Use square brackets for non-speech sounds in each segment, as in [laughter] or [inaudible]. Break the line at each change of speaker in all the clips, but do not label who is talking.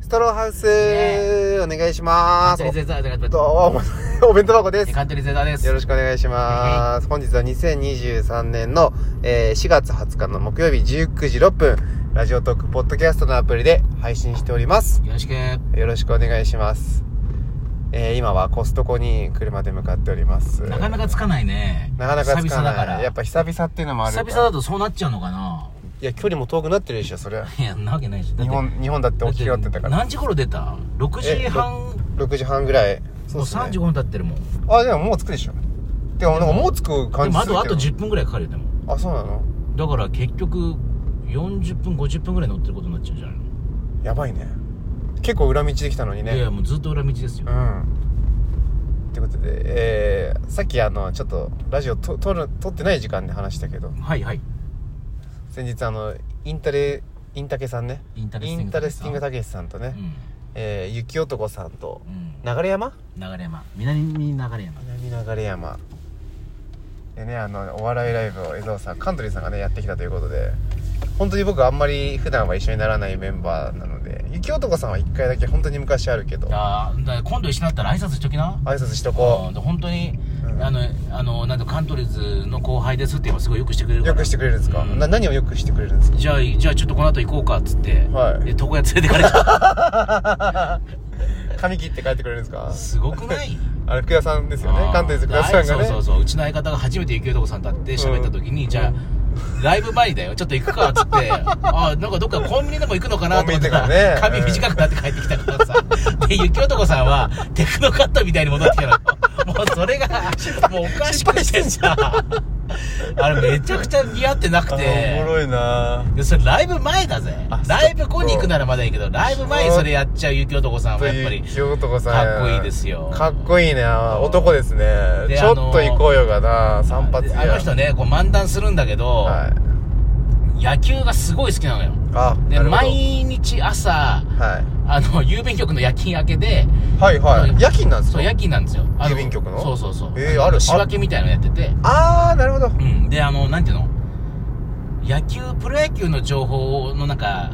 ストローハウス、
ね
お願いします。
カントリーゼザーだから
どうも、 [laughs] お弁当箱です。
カントリーゼザーです。
よろしくお願いします。本日は2023年の、えー4月20日の木曜日19時6分、ラジオトークポッドキャストのアプリで配信しております。
よろしく。
よろしくお願いします。えー今はコストコに車で向かっております。
なかなかつかないね。
なかなかつ
久
か
々だか
な
ら。
い。やっぱ久々っていうのもある
久
から。
々だとそうなっちゃうのかな。
いや、距離も遠くなってるでしょ、それは。
いや、なわけないでしょ。だっ
日
て
本、日本だって大きくなってたから。
何時頃出た ?6 時半、
6時半ぐらい。
もう35分経ってるもん。
あ、でももう着くでしょ。でもなんかもう着く
で
感じ
もあ
するけど。
と、あと10分ぐらいかかるよ、でも。
あ、そうなの
だから結局、40分、50分ぐらい乗ってることになっちゃうんじゃないの
やばいね。結構裏道できたのにね。
いやいや、もうずっと裏道ですよ
う。ん。ってことで、えー、さっきあの、ちょっと、ラジオと撮る、撮ってない時間で話したけど、
はいはい。
先日あの、インタレ、インタケさんね。
インタレ
イ
スティング
ンタレスティングたけしさんとね、えー、雪男さんと
う、ん。うん。
流山
流山。南流山。
南流山。でね、あの、お笑いライブを江澤さん、カントリーさんがね、やってきたということで、本当に僕あんまり普段は一緒にならないメンバーなので、雪男さんは一回だけ本当に昔あるけど、挨
あーだから今度一緒になったら挨拶しときな。
拶しと
う
こ
ん、で本当に、
うん
あの、あの、なんとカントリーズの後輩ですって言えばすごいよくしてくれる
う。
から。
よくしてくれるんですか、
うん
な何をよくしてくれるんですか
じゃあ、じゃあちょっとこの後行こうかっつって、
はい
で床屋連れてかれた。
髪切って帰ってくれるんですか
すごくない
あれ福田さんですよね
あー
関東で福田さんがね
そうそうそううちの相方が初めて雪男さんと会って喋った時に、じゃあライブ前だよちょっと行くかっつって
[laughs]
あーなんかどっかコンビニでも行くのかなと思ってた
コンビニとかね
ら髪短くなって帰ってきたからさ、で雪男さんはテクノカットみたいに戻ってきたのもうそれがもうおかしくしてんじゃんあれめちゃくちゃ似合ってなく
あーおも
て
ろいな
でそれライブ前だぜ
あそう
ライブ後に行くならまだいいけどライブ前にそれやっちゃう雪男さんはやっぱり
雪男さん
かっこいいですよ
かっこいいねあー男ですね
で
ちょっと行こうよがな散髪や
あの人ねこう漫談するんだけど、
はい
野球がすごい好きなのよ
あ
で
なるほど
毎日朝
はい
あの [laughs] 郵便局の夜勤明けで
はいはい
そう
夜勤なんです
そう
か
夜勤なんですよあ
郵便局の
そうそうそう
えーある
仕分けみたいのやってて
ああなるほど
うんであのなんていうの野球プロ野球の情報のなんか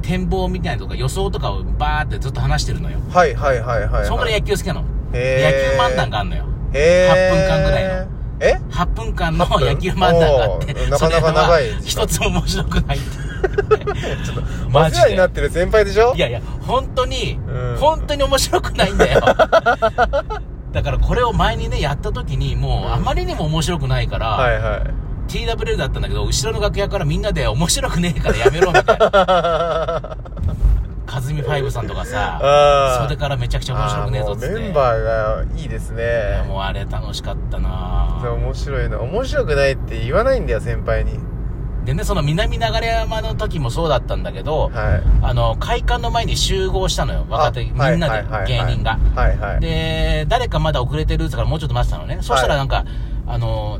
展望みたいなのとか予想とかをバーってずっと話してるのよ、
はいはいはいはいはい
そんぐらい野球好きなの、
へー
野球漫談があんのよ
へー
8分間ぐらいの
え
8分間の
8分
野球漫談があって
おー、なかなか長い
それは一つも面白く
[laughs]
ないって。ちょっと、
お
マ
世
ジ
話になっ
で。
てる先輩でしょ
いやいや、本当に
うん、
本当に面白くない
[laughs]
んだよ。だからこれを前にね、やった時に、もうあまりにも面白くないから、
はいはい
TWL だったんだけど、後ろの楽屋からみんなで面白くねえからやめろみた
[laughs]
いな。かずみファイブさんとか
あ
さ
ー、
袖からめちゃくちゃ面白
あ
くねえ
ー
ぞ
も
っ
う
つって。
メンバーがいいです
いや
ね
もうあれ楽しかった
そう
な
面白いの面白くないって言わないんだよ先輩に
でね、その南流山の時もそうだったんだけど、
はい
あの、会館の前に集合したのよ。若手、みん
あ
な
はいはい
で、芸人が。
はいはい
で、誰かまだ遅れてるって言うからもうちょっと待ってたのね。そしたらなんか、あの、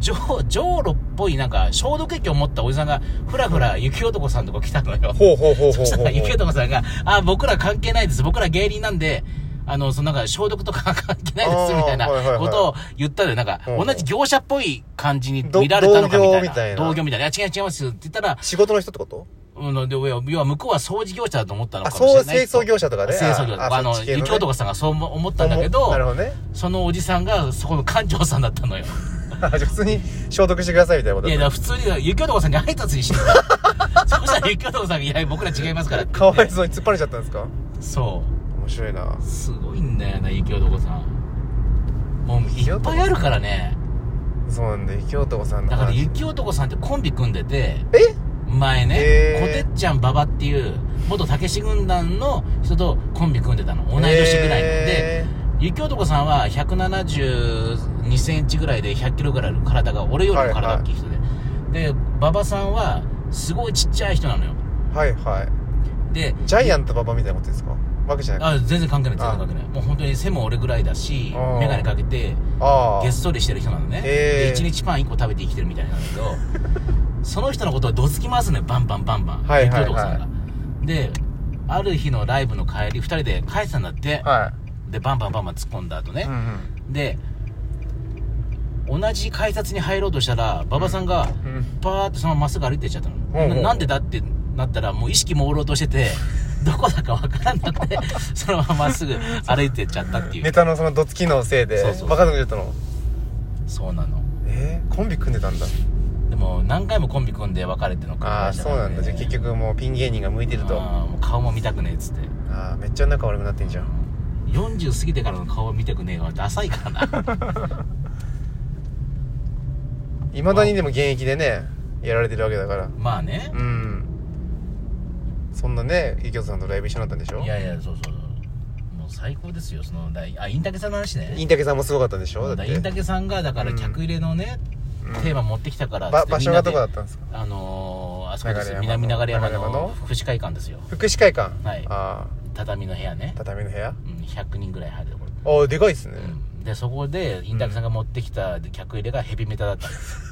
ジョジョーロっぽいなんか消毒液を持ったおじさんがふらふら雪男さんとか来たのよ。
ほうほうほうほ
そうした
ほう
ら雪男さんが、あ、僕ら関係ないです。僕ら芸人なんで、あの、そのなんか消毒とか関係ないですみたいな
あーはいはいはい
ことを言ったのよ。なんか、
うんうん
同じ業者っぽい感じに
ど
見られたのかみたいな。
同業みたいな
同業みたいな。いや、違う違いますよって言ったら、
仕事の人ってこと
うん、で、いや要は向こうは掃除業者だと思ったの
あ
かもし
そう
れない。
清掃業者とかね
清掃業者。あの、
そっち系
雪男さんがそう思思ったんだけ
お
ど
な、るほどね
そのおじさんがそこの館長さんだっ
[laughs]
たのよ。
あじゃあ普通に消毒してくださいみたいなこと
い
だ
や、だから普通に雪男さんに挨拶に
[laughs]
してた。そしたら雪男さんが、いや、僕ら違いますからって
か
言って
わいそうに突っ張れちゃったんですか
そ
面白いな
う。すごいんだよな、雪男さん。もういっぱいあるからね。
そうなんだ雪男さんの
だから
話
雪男さんってコンビ組んでて、
え
前
へ
ね、
ー
こてっちゃん馬場っていう、元たけし軍団の人とコンビ組んでたの。同い年ぐらいの。で、
え
雪男さんは172センチぐらいで100キロぐらいの体が俺よりも体大きい人で、で馬場さんはすごいちっちゃい人なのよ
ーはいはい
で
ジャイアント馬場みたいなことですかわけじゃない
あ全然関係ない全
あ
然関係ないもう本当に背も俺ぐらいだし
あー
眼鏡かけて
ああ
げっそりしてる人なのね
へ
で
ー
1日パン1個食べて生きてるみたいなんだけど
[laughs]
その人のことをどつき回すのよバンバンバンバン、
はいはいはい
雪男さんがである日のライブの帰り2人で帰ってたんだって、
は
でバンバンバンバン突っ込んだ後ね、
いうんうん
で同じ改札に入ろうとしたら馬場さんが
うん
パーってそのまままっすぐ歩いていっちゃったの、
うんうん
ななんでだってなったらもう意識朦朧としてて [laughs] どこだかわからな
[laughs]
くてそのまままっすぐ歩いてっちゃったっていう
ネタのそのドツキのせいで
そうそう
バカなこと言ったの
そうなの
えー、コンビ組んでたんだ
でも何回もコンビ組んで別れての
ああ
会社
そうなんだじゃあ結局もうピン芸人が向いてるとあ
あーもう顔も見たくねえっつって
あーめっちゃ仲悪くなってんじゃん
40過ぎてからの顔は見たくねえわダサいか
[laughs]
らな
いまだにでも現役でねやられてるわけだから
まあね
うんそんなね右京さんとライブ一緒になったんでしょ
いやいやそうそうそうもう最高ですよそのだいあインタケさんの話ね
インタケさんもすごかったんでし
そ
ょ
う
だ
だ
っ
イ
て
ンタケさんがだから客入れのね、
うん
テーマ持ってきたから
ば
つって
場所
み
が
んなで
どこだったんですか
あのーあそこです
流山の
南流山
流山の
の福祉会館ですよ
福祉会館
はい
あ
畳の部屋ね
あ、畳の部屋
うん、100人ぐらい入るところ
ああでかいっすね、
うんでそこでインタビューさんが持ってきた客入れがヘビメタ
[laughs]
だったんです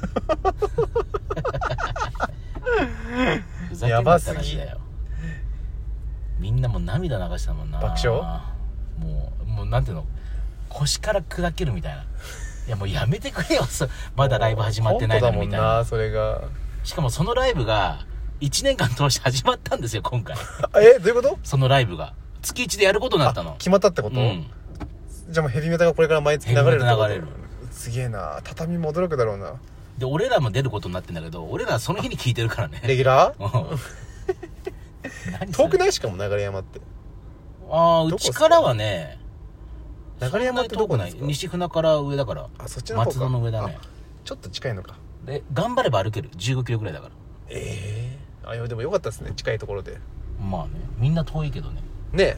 ふざけんなって話だ
や
よみんなもう涙流したもんな
爆笑
もうもうなんていうの腰から砕けるみたいないやもうやめてくれよそまだライブ始まってないのに
コン
み
ト
た
だ
い
もん
な
なそれが [laughs]
しかもそのライブが1年間通して始まったんですよ今回
えどういうこと
そのライブが月1でやることになったの
あ決まったってこと、
うん
じゃあもうヘビメタがこれから毎月流れるってこと
ヘビメタ流
すげえな畳も驚くだろうな
で俺らも出ることになってんだけど俺らその日に聞いてるからね
レギュラ [laughs] ー
うん何それ
遠くないしかも流山って
ああ
どこ
う
っすか
ちからはね
流山ってどこですか
そんなに遠くない西船から上だから
あそっちの方か
松戸の上だね
あちょっと近いのか
で頑張れば歩ける1 5キロぐらいだから
ええあいやでもよかったですね近いところで
まあねみんな遠いけどね
ねえ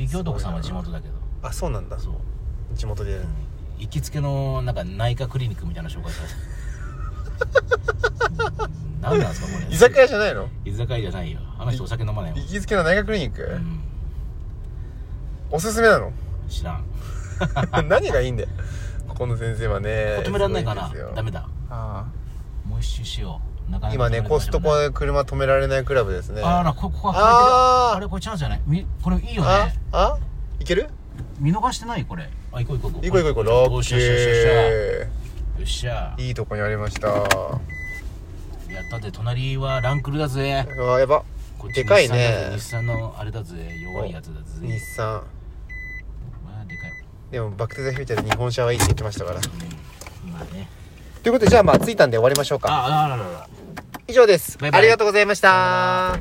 うん雪男さんは地元だけど
あそうなんだ
そう、
地元で、
行きつけのなんか内科クリニックみたいなの紹介さ
[laughs]
れた何なんですかこれ
居酒屋じゃないの
居酒屋じゃないよあの人お酒飲まないもん
行、きつけの大学クリニック、
うん、
おすすめな
[laughs]
の
知らん
何がいいんだよここの先生はね
止めらんないかな
すごいですよ
ダメだ
あ
もう一周しようなかな
あ
か
今ね
止めれる場
コ
所
ス
も
トコで車止められないクラブですね
あらこここが
あー
あれこれチャンスじゃないみこれいいよ
あ
ね
あいける
見逃してないこれあ行こう行こう
行こう行こう行こう
よ
ロ
っ
ッキ
しゃよっしゃよっしゃよ
ー
っしゃ
いいとこにありましたあ
やったぜ隣はランクルだぜ
ーやば
こっち
でかいね
日産だぜ日産のあれだぜ弱いやつだぜ
日産
まあでかい
でもバック・トゥ・ザ・フューチャーで日本車はいいって言ってましたからと
うんまあね
いうことでじゃあまあ着いたんで終わりましょうか
ああらららら
以上です
バイバイ
ありがとうございました